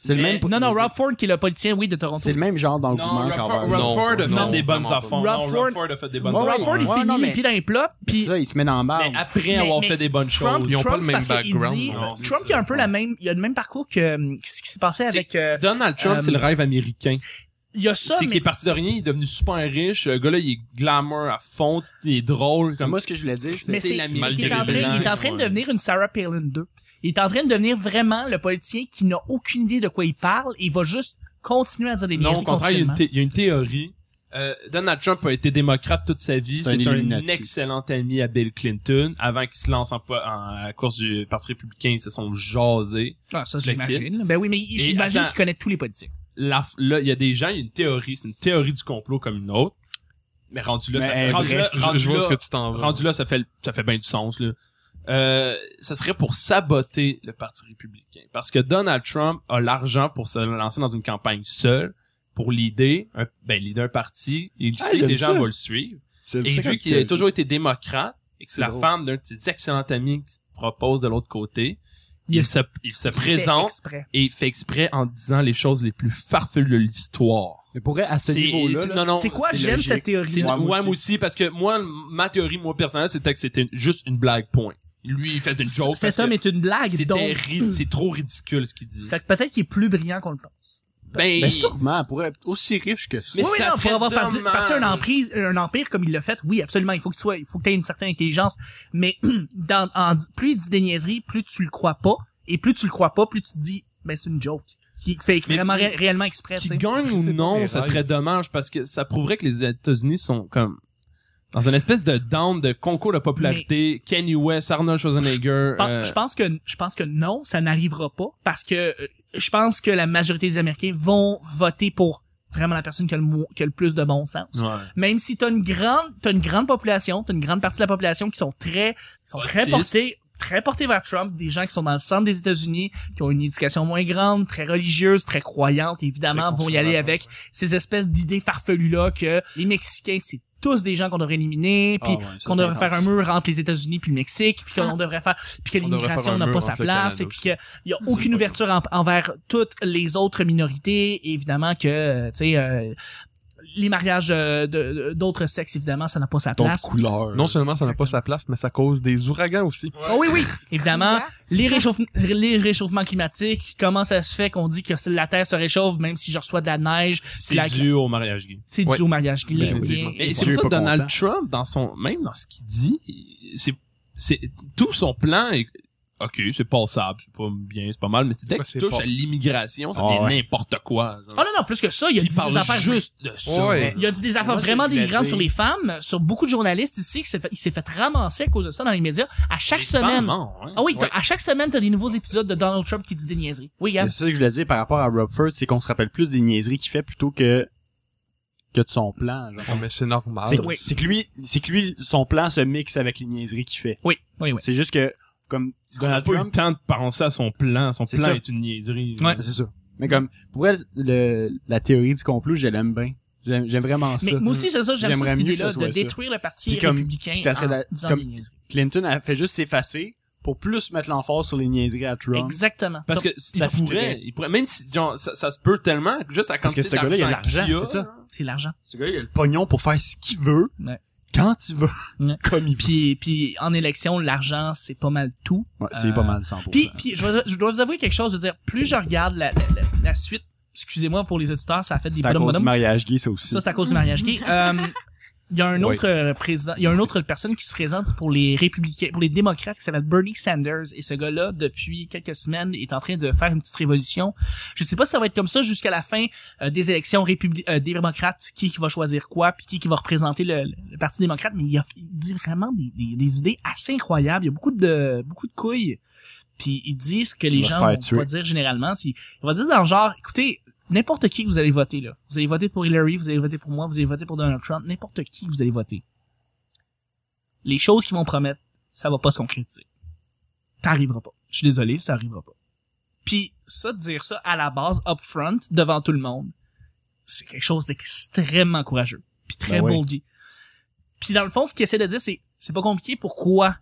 B: C'est le
C: Mais-
B: même.
A: non, non, Rob Ford, qui est le politicien, oui, de Toronto.
B: C'est le même genre
C: Non,
B: d'engouement
C: Rob
B: qu'en
C: Ford,
E: Non,
C: Rob Ford a fait
E: non,
C: des bonnes
E: vraiment
C: affaires.
E: pas.
C: Non,
A: Rob
C: Rob
A: Ford-
C: Ford a fait des bonnes
B: Rob
A: Rob
C: affaires.
A: Ford, il s'est
B: Ouais,
A: mis
B: non,
A: les
B: mais-
A: pieds dans les plats, puis
B: ça, il se met dans la barbe.
C: Mais après
A: Mais-
C: avoir
A: mais
C: fait des bonnes
A: Trump,
E: Ils ont
C: choses.
E: pas
A: Trump, c'est
E: le même
A: parce qu'il
E: background,
A: dit,
C: non, c'est
A: Trump,
C: ça.
A: il a un peu la même, il a le même parcours que euh, ce qui s'est passé avec, euh,
C: Donald
A: Euh,
C: Trump, c'est le rêve américain.
A: il y a ça,
C: c'est
A: mais
C: qu'il est parti de rien, il est devenu super riche. Le gars-là, il est glamour à fond, il est drôle. Comme
B: Moi, ce que je voulais dire, c'est.
A: Mais
C: c'est
A: c'est
C: la
A: c'est
C: malgré
A: qu'il est en
C: les
A: train, il est en
C: blancs,
A: train de
C: ouais.
A: devenir une Sarah Palin 2. Il est en train de devenir vraiment le politicien qui n'a aucune idée de quoi il parle et il va juste continuer à dire des
C: Non, au
A: niaiseries
C: contraire, il y a une,
A: continuellement.
C: thé- il y a une théorie. Euh, Donald Trump a été démocrate toute sa vie.
B: C'est
C: C'est
B: un
C: un,
B: Illuminati.
C: excellent ami à Bill Clinton. Avant qu'il se lance en, po- en- à la course du Parti républicain, ils se sont jasés.
A: Ah, ça,
C: le
A: j'imagine. Ben oui, mais il- j'imagine
C: attends.
A: qu'il connaît tous les politiciens.
C: la, f- là, il y a des gens, il y a une théorie, c'est une théorie du complot comme une autre. Mais rendu là,
B: Mais
C: ça
B: elle
C: fait,
B: est
C: rendu
B: vraie.
C: là,
E: Je-
C: rendu
E: je vois
C: là-
E: ce que tu t'en vas.
C: rendu là, ça fait, ça fait bien du sens, là. Euh, ça serait pour saboter le Parti républicain. Parce que Donald Trump a l'argent pour se lancer dans une campagne seule, pour l'idée, un, ben, l'idée d'un parti, il
B: Ah,
C: sait que
B: j'aime
C: les gens
B: ça.
C: vont le suivre.
B: C'est-
C: Et
B: c'est
C: vu
B: comme
C: qu'il a
B: que-
C: toujours été démocrate, et que c'est
B: C'est
C: la
B: drôle.
C: femme d'un de ses excellents amis qui se propose de l'autre côté,
A: Il-
C: il se, il se présente
A: exprès.
C: et il fait exprès en disant les choses les plus farfelues de l'histoire.
B: Mais pour vrai, à ce
C: C'est-
B: niveau-là,
C: c'est-
B: là,
C: non, non,
A: C'est quoi,
C: c'est
A: j'aime
C: logique.
A: cette
C: C'est
A: théorie.
C: une
B: Ouais, moi
C: Wham aussi, parce que moi, ma théorie, moi, personnelle, c'était que c'était une- juste une blague, point. Lui, il faisait une joke.
A: Cet
C: parce
A: homme
C: que
A: est une blague,
C: c'était
A: donc.
C: ri- C'est trop ridicule, ce qu'il dit.
A: Fait que peut-être qu'il est plus brillant qu'on le pense.
C: Ben,
B: ben sûrement, pour être aussi riche que ça.
C: Mais
A: oui, oui,
C: ça
A: non,
C: serait
A: pour avoir parti,
C: dommage.
A: parti un, emprise- un empire comme il l'a fait, oui, absolument. Il faut que tu sois, il faut que aies une certaine intelligence. Mais (clears throat) dans, en, di- plus il dit des niaiseries, plus tu le crois pas. Et plus tu le crois pas, plus tu te dis, ben, c'est une joke. Ce Qui fait
C: Mais-
A: vraiment ré- réellement exprès, tu
C: Qu'il
A: sais.
C: gagne
E: C'est
C: ou
E: pas
C: non,
E: mes
C: ça
E: rêves.
C: serait dommage, parce que ça prouverait que les États-Unis sont comme dans une espèce de down de concours de popularité. Kanye West, Arnold Schwarzenegger.
A: Je pense-
C: euh,
A: Je pense que je pense que non, ça n'arrivera pas parce que euh, je pense que la majorité des Américains vont voter pour vraiment la personne qui a le, mo- qui a le plus de bon sens.
C: ouais.
A: Même si t'as une grande t'as une grande population, t'as une grande partie de la population qui sont très qui sont très
C: Autistes.
A: portés très portés vers Trump, des gens qui sont dans le centre des États-Unis, qui ont une éducation moins grande, très religieuse, très croyante, évidemment,
E: Très
A: vont y aller
E: conservateur,
A: avec ces espèces d'idées farfelues là que les Mexicains c'est tous des gens qu'on devrait éliminer, puis
B: Ah ouais, ça,
A: qu'on
B: c'est
A: devrait faire un
B: intense.
A: mur entre les États-Unis puis le Mexique, puis qu'on devrait faire puis que
E: Ah. On devrait faire
A: l'immigration
E: un
A: n'a
E: mur
A: pas
E: entre
A: sa
E: le
A: place
E: Canada
A: et puis qu'il y a
E: C'est
A: aucune
E: pas
A: ouverture en- envers toutes les autres minorités, Et évidemment que euh, tu sais euh, les mariages euh, de- de- d'autres sexes évidemment ça n'a pas sa
B: D'autres
A: place.
B: couleurs.
E: Non seulement ça n'a pas sa place, mais ça cause des ouragans aussi.
A: Oh oui oui, évidemment les, réchauff- les réchauffements climatiques, comment ça se fait qu'on dit que la terre se réchauffe même si je reçois de la neige,
C: C'est
A: la-
C: dû au mariage gay.
A: c'est
E: Ouais.
A: dû au mariage gay.
E: Ben oui.
A: bien.
C: Mais
B: Et
C: c'est
B: Dieu
C: pour ça
B: est
C: que
B: pas
C: Donald
B: content.
C: Trump, dans son, même dans ce qu'il dit, il- c'est, c'est, tout son plan est, ok, c'est passable, c'est pas bien, c'est pas mal, mais c'est dès
E: Ouais,
C: que tu
E: c'est
C: touches
E: pas-
C: à l'immigration, ça
B: Ah
C: devient
B: ouais.
C: n'importe quoi. genre.
A: Oh non non, plus que ça, il y a
C: il
A: dit
C: parle
A: des affaires
C: juste de ça.
E: Ouais.
A: Il a dit des affaires
B: Eh, Moi, ce que
A: vraiment
B: je voulais
A: délirantes
B: dire-
A: sur les femmes, sur beaucoup de journalistes ici, qui s'est fait- il s'est fait ramasser à cause de ça dans les médias à chaque
C: Les
A: semaine.
C: femmes, hein, ouais.
A: Ah oui, t'as- à chaque semaine, t'as des nouveaux épisodes de Donald Trump qui dit des niaiseries. Oui, Gab.
B: Mais C'est ça que je voulais dire par rapport à Rockford, c'est qu'on se rappelle plus des niaiseries qu'il fait plutôt que que de son plan. genre.
E: Ah, mais c'est normal.
B: C'est
A: oui.
B: c'est que lui, c'est que lui, son plan se mixe avec les niaiseries qu'il fait.
A: Oui, oui, oui.
B: C'est juste que comme
C: On a
B: Donald
C: pas eu le
B: Trump,
C: temps de penser à son plan. Son
B: C'est
C: plan
B: ça.
C: est une niaiserie.
A: Ouais.
B: c'est ça. Mais comme pour elle, le, la théorie du complot, je l'aime bien. J'aime j'aime vraiment
A: Mais
B: ça.
A: moi aussi, c'est ça, j'aime ça,
B: J'aimerais
A: cette
B: mieux que ça
A: idée-là de
B: soit ça.
A: détruire le parti
B: Puis comme-
A: républicain
B: puis ça serait
A: en
B: la-
A: disant
B: comme-
A: des niaiseries.
B: Clinton a fait juste s'effacer pour plus mettre l'emphase sur les niaiseries à Trump.
A: Exactement.
C: Parce que
A: Donc,
C: il pourrait, il pourrait, même si, genre, ça, ça se peut tellement, juste à
B: Parce que
C: quantité
B: ce gars-là, il a
C: d'argent
B: l'argent,
C: qu'il a,
B: c'est ça.
A: c'est l'argent.
B: Ce gars-là, il a le pognon pour faire ce qu'il veut,
A: Ouais.
B: quand il veut,
A: Ouais.
B: (laughs) comme il veut.
A: Puis, puis en élection, l'argent, c'est pas mal tout.
B: Ouais, c'est
A: Euh,
B: pas mal 100%.
A: Puis, puis je, dois- je dois vous avouer quelque chose. Je veux dire, plus je regarde la, la, la- la suite, excusez-moi pour les auditeurs, ça a fait des
B: c'est à
A: bonhommes
B: cause du
A: bonhommes.
B: mariage gay, ça aussi.
A: Ça, c'est à cause du mariage gay. Euh, Il y a un
E: Oui.
A: autre euh, président, il y a une autre personne qui se présente pour les républicains, pour les démocrates qui s'appelle Bernie Sanders. Et ce gars-là, depuis quelques semaines, est en train de faire une petite révolution. Je sais pas si ça va être comme ça jusqu'à la fin euh, des élections républi- euh, des démocrates, qui, qui va choisir quoi, puis qui, qui va représenter le, le parti démocrate. Mais il, a- il dit vraiment des, des- des idées assez incroyables. Il y a beaucoup de beaucoup de couilles. Puis ils disent ce que les
B: va se
A: gens
B: faire
A: vont
B: tuer.
A: pas dire généralement. C'est- On va dire dans le genre, écoutez, n'importe qui que vous allez voter là. Vous allez voter pour Hillary, vous allez voter pour moi, vous allez voter pour Donald Trump, n'importe qui que vous allez voter. Les choses qu'ils vont promettre, ça va pas se concrétiser. T'arriveras pas. Je suis désolé, ça arrivera pas. Puis ça, de dire ça à la base, upfront, devant tout le monde, c'est quelque chose d'extrêmement courageux. Puis très
B: Ben oui.
A: boldy. Puis dans le fond, ce qu'il essaie de dire, c'est c'est pas compliqué. Pourquoi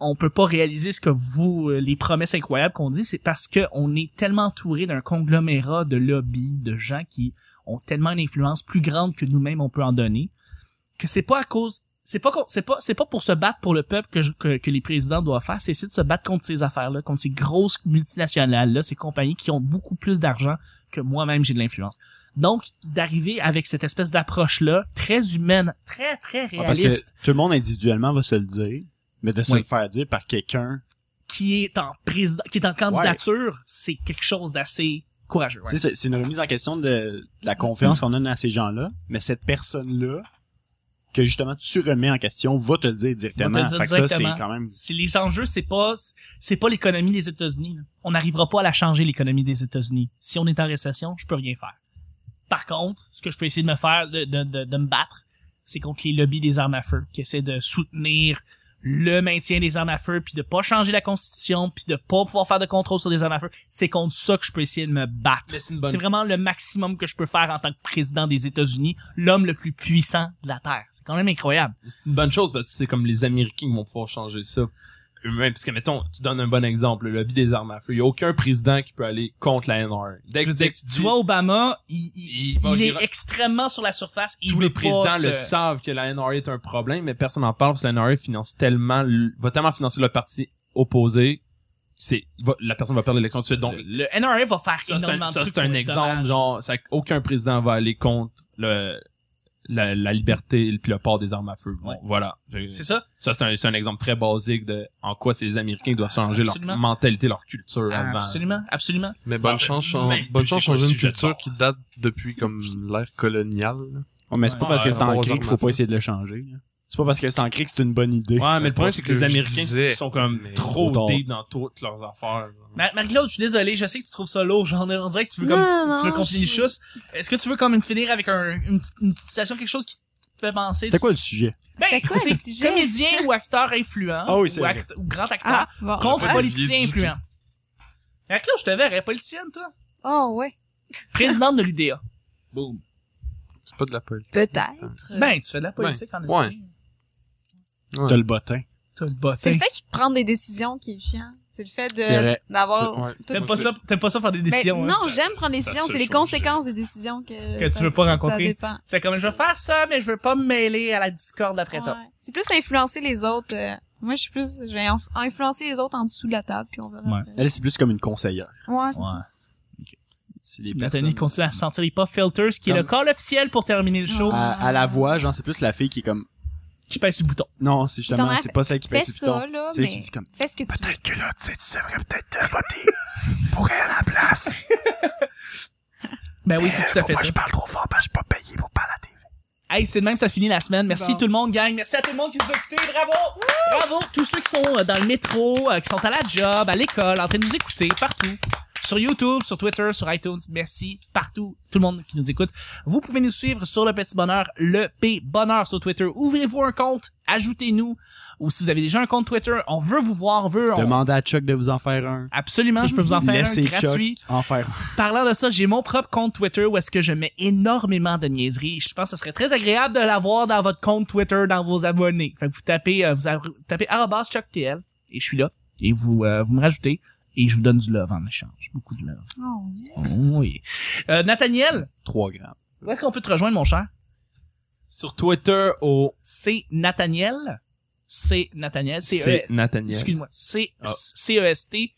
A: on peut pas réaliser ce que vous euh, les promesses incroyables qu'on dit, c'est parce que on est tellement entouré d'un conglomérat de lobbies, de gens qui ont tellement une influence plus grande que nous-mêmes on peut en donner, que c'est pas à cause, c'est pas con- c'est pas c'est pas pour se battre pour le peuple que je- que, que les présidents doivent faire, c'est essayer de se battre contre ces affaires-là, contre ces grosses multinationales là, ces compagnies qui ont beaucoup plus d'argent que moi-même j'ai de l'influence. Donc d'arriver avec cette espèce d'approche là, très humaine, très très
B: Ouais, Ah, parce que
A: réaliste.
B: tout le monde individuellement va se le dire, mais de se
A: Oui.
B: le faire dire par quelqu'un.
A: qui est en président, qui est en candidature, c'est quelque chose d'assez courageux.
B: Tu sais, c'est- c'est une remise en question de, de la confiance qu'on donne à ces gens-là, mais cette personne-là, que justement tu remets en question, va te le dire directement.
A: dire
B: Fait que
A: directement.
B: ça, c'est quand même.
A: Si les enjeux, c'est pas, c'est pas l'économie des États-Unis. là. On n'arrivera pas à la changer l'économie des États-Unis. Si on est en récession, je peux rien faire. Par contre, ce que je peux essayer de me faire, de, de, de, de me battre, c'est contre les lobbies des armes à feu, qui essaient de soutenir le maintien des armes à feu, puis de pas changer la constitution, puis de pas pouvoir faire de contrôle sur les armes à feu. C'est contre ça que je peux essayer de me battre.
C: Mais c'est une bonne-
A: C'est vraiment le maximum que je peux faire en tant que président des États-Unis, l'homme le plus puissant de la Terre. C'est quand même incroyable.
C: c'est une bonne chose parce que c'est comme les Américains qui vont pouvoir changer ça eux-mêmes. Parce que, mettons, tu donnes un bon exemple, le lobby des armes à feu. Il n'y a aucun président qui peut aller contre la NRA. Dès,
A: Je
C: que-
A: veux
C: dès
A: dire,
C: que tu
A: tu,
C: dis,
A: vois, Obama, il, il,
C: Il va
A: il
C: virer-
A: est extrêmement sur la surface. il
C: tous
A: veut
C: les
A: pas
C: présidents le
A: se-
C: savent que la NRA est un problème, mais personne n'en parle parce que la NRA finance tellement, l- va tellement financer le parti opposé, c'est, il va- la personne va perdre l'élection tout de suite. Donc,
A: le NRA va faire
C: ça, c'est
A: énormément
C: un,
A: de
C: ça,
A: trucs
C: c'est un
A: pour être
C: exemple,
A: dommage.
C: genre, ça, aucun président va aller contre le, la, la liberté et puis le port des armes à feu. Bon,
A: Ouais.
C: voilà. Je-
A: C'est ça.
C: Ça, c'est un, c'est un exemple très basique de en quoi ces Américains doivent changer
A: Absolument.
C: leur mentalité, leur culture avant.
A: Absolument, absolument.
E: Mais
C: Ah,
E: bonne chance, chan-
C: mais
E: bonne
C: c'est
E: chance
C: quoi le
E: changer une
C: sujet de
E: culture
C: base?
E: qui date depuis comme l'ère coloniale. là.
B: Ouais, mais c'est pas
C: Ouais,
B: parce que
C: ouais,
B: c'est
E: on va aux
B: ancré
E: armes
B: qu'il
E: à
B: faut
E: feu.
B: pas essayer de le changer. là. C'est pas parce que c'est ancré que c'est une bonne idée.
C: Ouais, mais le problème, c'est que les
E: que je
C: Américains
E: disais,
C: sont comme
E: mais
C: trop
B: trop tard.
C: deep dans toutes leurs affaires.
A: Ma- Marie-Claude, je suis désolé, je sais que tu trouves ça lourd, genre, on dirait que tu veux comme,
D: Non,
A: tu veux
D: non,
A: qu'on finisse
D: je-
A: juste. Est-ce que tu veux comme finir avec un, une, petite- une petite citation, quelque chose qui te fait penser?
B: C'était quoi le sujet?
A: Ben,
D: C'était quoi le
A: c'est
D: sujet?
A: comédien ou acteur influent.
B: Ah oui, c'est
A: ou,
B: vrai.
A: act- ou grand acteur.
D: Ah, bon.
A: Contre
E: Ah.
A: politicien
E: Olivier
A: influent. Marie-Claude, je te verrais, politicienne, toi.
D: Oh, ouais.
A: Présidente de l'UDA.
C: Boom.
E: C'est pas de la politique.
D: Peut-être.
A: Ben, tu fais de la politique en
E: ouais.
A: estime.
B: T'as le bottin.
A: T'as le
D: c'est
A: bottin.
D: le fait qu'ils prennent des décisions qui est chiant. C'est le fait
B: C'est vrai.
D: de, d'avoir...
E: Ouais.
A: T'aimes pas ça, t'aimes pas ça faire des
D: Ben,
A: décisions. hein.
D: non, j'aime prendre des
C: ça
D: décisions.
C: se
D: C'est les
C: change.
D: conséquences des décisions que...
A: euh, Que tu
D: ça-
A: veux pas
D: Ça
A: rencontrer.
D: dépend.
A: Tu fais comme, je veux faire ça, mais je veux pas me mêler à la discorde après ça.
D: Ouais. C'est plus influencer les autres. euh, moi, je suis plus... J'ai inf- influencer les autres en dessous de la table, puis on verra.
A: Ouais.
D: après.
B: Elle, c'est plus comme une conseillère.
D: Ouais, c'est ça.
B: C'est des personnes.
A: Nathalie continue à sentir les pop filters, qui est le call officiel pour terminer le show,
B: À, à la voix, genre, c'est plus la fille qui est comme.
A: qui pèse sur le bouton.
B: Non, c'est justement,
D: Comment-
B: Ben, c'est pas celle qui fait
D: Fais
B: ce
D: ça,
B: piton.
D: là,
B: C'est elle qui
D: mais
B: dit comme.
D: fais ce que tu veux.
B: Peut-être que là, tu sais, tu devrais peut-être te voter (laughs) pour elle à la place.
A: Ben oui, c'est tout à fait ça.
B: parle trop fort parce que je suis pas payé pour parler à la TV.
A: Hey, c'est de même, ça finit la semaine. Merci
D: Bon.
A: tout le monde, gang. Merci à tout le monde qui nous a écoutés. Bravo! Bravo! Tous ceux qui sont euh, dans le métro, euh, qui sont à la job, à l'école, en train de nous écouter partout. Sur YouTube, sur Twitter, sur iTunes. Merci partout, tout le monde qui nous écoute. Vous pouvez nous suivre sur le Petit Bonheur, le P Bonheur sur Twitter. Ouvrez-vous un compte, ajoutez-nous. Ou si vous avez déjà un compte Twitter, on veut vous voir, on veut... on-
B: Demandez à Chuck de vous en faire un.
A: Absolument, Ah, je peux vous en faire un
B: Laissez
A: gratuit.
B: Chuck en faire un.
A: Parlant de ça, j'ai mon propre compte Twitter où est-ce que je mets énormément de niaiseries. Je pense que ce serait très agréable de l'avoir dans votre compte Twitter, dans vos abonnés. Fait que vous tapez, euh, vous av- tapez arrobas chucktl et je suis là. Et vous, euh, vous me rajoutez et je vous donne du love en échange. Beaucoup de love.
D: Oh,
A: Oui. Euh, Nathaniel,
B: 3 grammes.
A: où est-ce qu'on peut te rejoindre, mon cher?
C: Sur Twitter, au
A: C'est Nathaniel. C'est Nathaniel. C'est euh,
C: c'est Nathaniel.
A: Excuse-moi. C'est E
C: Ah.
A: C-E-S-T.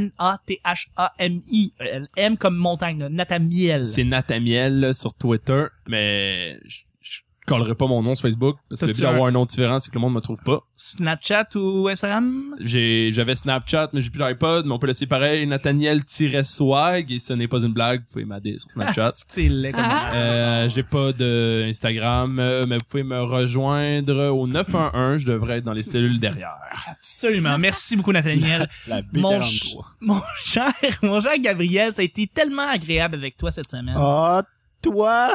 A: N-A-T-H-A-M-I-E-L-M E comme montagne. là. Nathaniel.
C: C'est Nathaniel là, sur Twitter, mais je, je collerai pas mon nom sur Facebook parce que le
A: T'as-tu
C: but d'avoir un nom différent, c'est que le monde me trouve pas.
A: Snapchat ou Instagram?
C: J'ai, j'avais Snapchat, mais j'ai plus l'iPod, mais on peut laisser pareil Nathaniel-swag et ce n'est pas une blague, vous pouvez m'aider sur Snapchat.
A: Ah, c'est laid comme
D: Ah.
C: Euh, j'ai pas de Instagram, euh, mais vous pouvez me rejoindre au 911. Je devrais être dans les cellules derrière.
A: Absolument. Merci beaucoup, (laughs) Nathaniel.
B: La
A: Mon,
B: B43.
A: ch- (laughs) mon cher, mon cher Gabriel, ça a été tellement agréable avec toi cette semaine. Oh,
B: Ah, toi!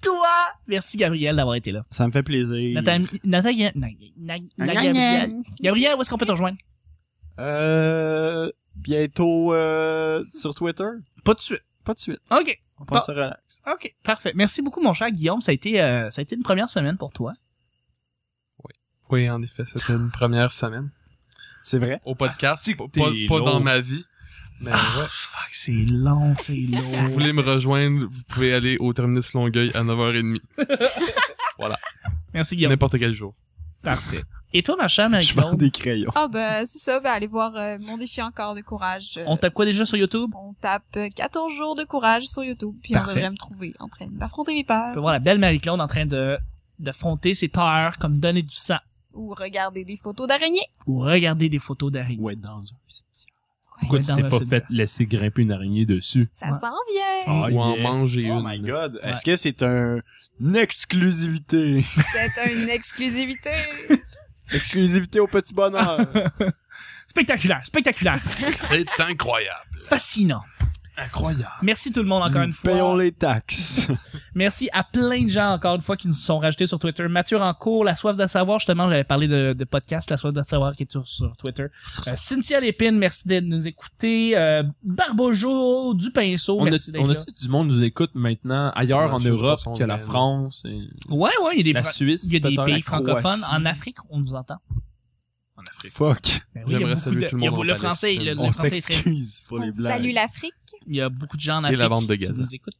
A: toi! Merci, Gabriel, d'avoir été là.
B: Ça me fait plaisir.
A: Nathan, Nathan, Na- Na- Na- Gabriel. Gabriel, où est-ce qu'on peut te rejoindre?
B: Euh, bientôt euh, sur Twitter.
A: Pas de suite.
B: Pas de suite.
A: OK.
B: On pense à relax.
A: OK. Parfait. Merci beaucoup, mon cher Guillaume. Ça a été, euh, ça a été une première semaine pour toi.
E: Oui, en effet, c'était une première semaine
B: C'est vrai?
E: au podcast.
C: Ah,
E: pas
C: t'es
E: pas- pas
C: lourd. Ah.
E: dans ma vie. Mais ouais.
A: Oh, Fuck, c'est long, (laughs) c'est
E: Si vous
A: long.
E: voulez me rejoindre, vous pouvez aller au terminus Longueuil à 9h30.
A: Merci, Guillaume.
E: N'importe quel jour.
A: Parfait. Et toi, ma chère
B: Je vends
A: Marie-Claude,
B: des crayons.
D: Ah ben, c'est ça, ben allez voir euh, mon défi encore de courage. Euh,
A: on tape quoi déjà sur YouTube?
D: on tape euh, 14 jours de courage sur YouTube, puis
A: Parfait.
D: on devrait me trouver en train d'affronter mes
A: On
D: peurs
A: peut voir la belle Marie-Claude en train de, d'affronter ses peurs comme donner du sang
D: ou regarder des photos d'araignées.
A: ou regarder des photos d'araignées.
B: Ouais, dans un cimetière.
C: Pourquoi
A: Ouais,
C: tu
A: dans
C: t'es
A: un
C: pas
A: cimetière.
C: fait laisser grimper une araignée dessus?
D: Ça
A: Ouais.
D: s'en vient.
C: Ah,
E: Ou
C: yeah.
E: en manger
B: Oh
E: une.
B: my god. Est-ce que c'est un... une (laughs) exclusivité?
D: C'est une exclusivité.
B: exclusivité au petit (laughs) bonheur.
A: Spectaculaire, spectaculaire,
E: C'est incroyable.
A: fascinant.
C: Incroyable.
A: Merci tout le monde encore une
C: Mm,
A: fois.
B: Payons les (laughs) taxes.
A: Merci à plein de gens encore une fois qui nous sont rajoutés sur Twitter. Mathieu Rancourt, La Soif de Savoir, justement, j'avais parlé de, de podcast La Soif de Savoir qui est sur, sur Twitter. Euh, Cynthia Lépine, merci de nous écouter. Euh, Barbojo du Pinceau,
C: On a,
A: merci d'être
C: on
A: là.
C: a-tu du monde nous écoute maintenant ailleurs
E: Ouais,
C: en
E: je sais pas
C: Europe
E: si on
C: que la
E: l'aime.
C: France et
A: Ouais, ouais, il y a des,
C: la
A: fra-
C: Suisse?
A: il y a des
C: peut-être,
A: pays
C: la
A: francophones.
C: Croatie.
A: En Afrique, on nous entend.
C: En Afrique.
B: Fuck.
A: Ben oui, il y a
E: J'aimerais
A: beaucoup
E: saluer
A: de-
E: tout le
A: il y a
E: monde. en
A: le français,
E: Palestine.
A: le-
B: On
A: français est très-
B: s'excuse pour les blagues.
D: Ah, Salut l'Afrique.
A: Il y a beaucoup de gens en
E: Et
A: Afrique
E: la bande de
A: qui
E: Gaza.
A: nous écoutent.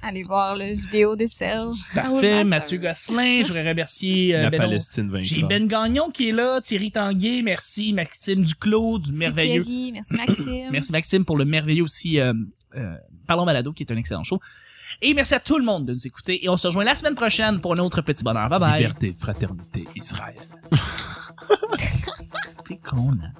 D: Allez voir le vidéo de Serge.
A: Parfait, Mathieu Gosselin, je voudrais remercier euh,
C: La
A: Ben-
C: Palestine vaincra.
A: J'ai Ben Gagnon qui est là, Thierry Tanguay, merci, Maxime Duclos, du merveilleux.
D: Thierry, merci Maxime.
A: (coughs) Merci Maxime pour le merveilleux aussi euh, euh, Parlons Balado qui est un excellent show. Et merci à tout le monde de nous écouter et on se rejoint la semaine prochaine pour un autre petit bonheur. Bye bye.
C: Liberté, fraternité, Israël.
A: T'es con, hein?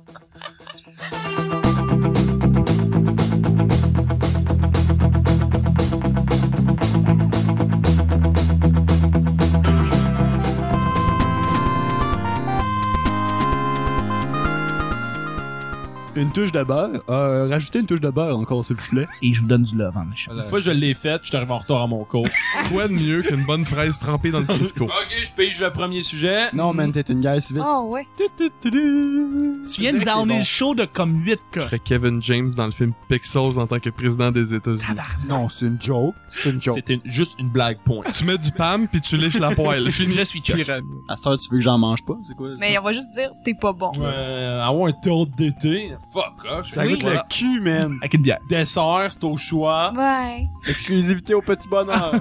B: Une touche de beurre. Euh, rajoutez une touche de beurre encore, s'il vous plaît.
A: Et je vous donne du love en échange.
C: Une fois que je l'ai faite, je suis arrivé en retard à mon cours. ok,
E: Quoi de mieux qu'une bonne fraise trempée dans le (laughs) Crisco?
C: je pige le premier sujet.
B: (laughs) Non, man, t'es une gueule civile.
D: Oh ouais.
A: Tu viens de
C: C'est vrai que
A: downer
C: c'est
A: le
C: bon.
A: show de comme 8
E: Je
A: cas.
E: serais Kevin James dans le film Pixels en tant que président des États-Unis.
B: Non, c'est une joke. C'est une joke.
C: C'était une- juste une blague, point.
E: Tu mets du PAM puis tu lèches la poêle. (laughs) Fini.
A: Je suis Chuck.
E: Pyramide.
B: À cette heure, tu veux que j'en mange pas? C'est quoi?
D: Mais on va juste dire, t'es pas bon.
C: Euh, avoir un tour d'été, fuck ah, off.
B: Ça
A: Oui,
B: goûte
A: voilà.
B: le cul, man. (laughs)
A: Avec une bière.
C: Dessert, c'est au choix.
D: Bye.
B: Exclusivité au petit bonheur.